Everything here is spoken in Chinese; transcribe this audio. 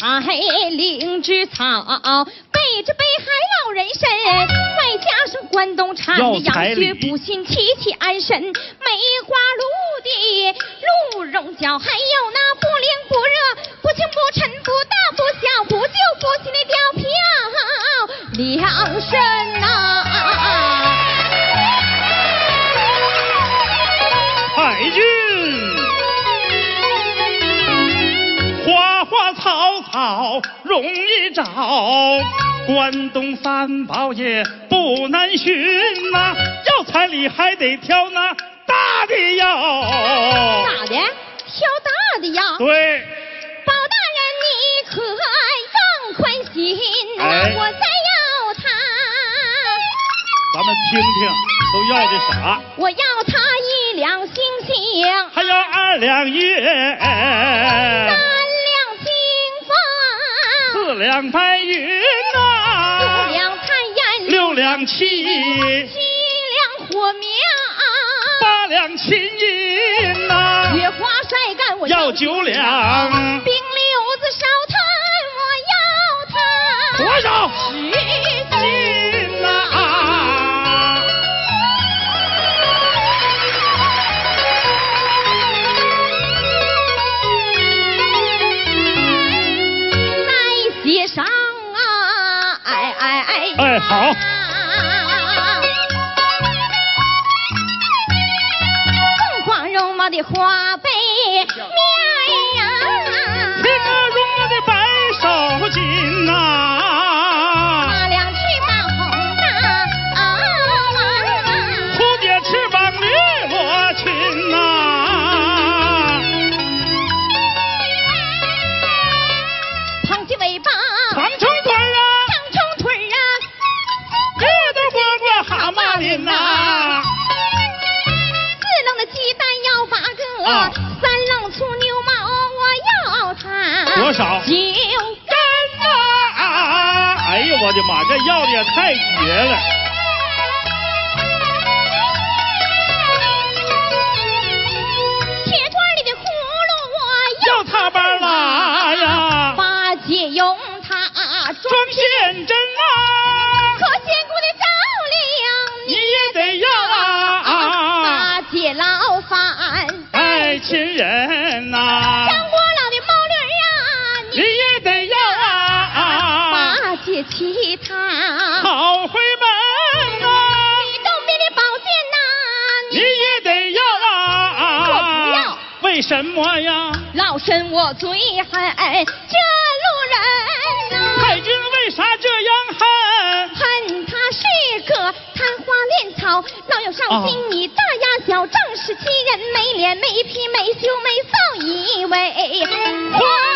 我嘿灵芝草，背着背海老人参，外加上关东产药的材养血里补心，提起安神。梅花鹿的鹿茸角，还有那不凉不热、不轻不沉、不大不小、不旧不新的貂皮良参呐。海军花花草草容易找，关东三宝也不难寻呐、药材里还得挑那大的药。咋的？挑大的呀？对，包大人，你可放宽心呐、哎我再要他，咱们听听都要的啥？哎我要他一两星星，还要二两月，哎三两金风，四两白云呐、五两太阳，六两气，七两火苗，八两金银呐、月华晒干我要九两冰，溜子烧炭我要它，多少？十金呐、再写哎上啊，哎哎哎！哎好凤凰绒毛的花呗面这呀，个绒我的白手巾呐、马两翅膀红的啊蝴蝶翅膀掠我裙呐、捧起尾巴，长虫腿儿啊，长长腿儿啊，这都蝈蝈蛤蟆林呐、四愣的鸡蛋要八个，啊三愣粗牛毛我要它，多少九根呐。啊！哎呀，我的妈，这要的也太绝了！铁串里的葫芦我要他班啦要，呀，八戒用它装装，线针可呐，仙姑的照亮你你。也得要啊！八戒劳烦，爱亲人呐、张果老的毛你驴儿也得要啊，啊！你八戒骑它。好回门呐、东边的宝剑呐，你也得要啊！我不要，为什么呀？老身我最恨这路人呐、海军为啥这样恨？恨他是个贪花恋草，脑有少啊心，你大呀小，仗势欺人，没脸没皮没羞没臊，以为花啊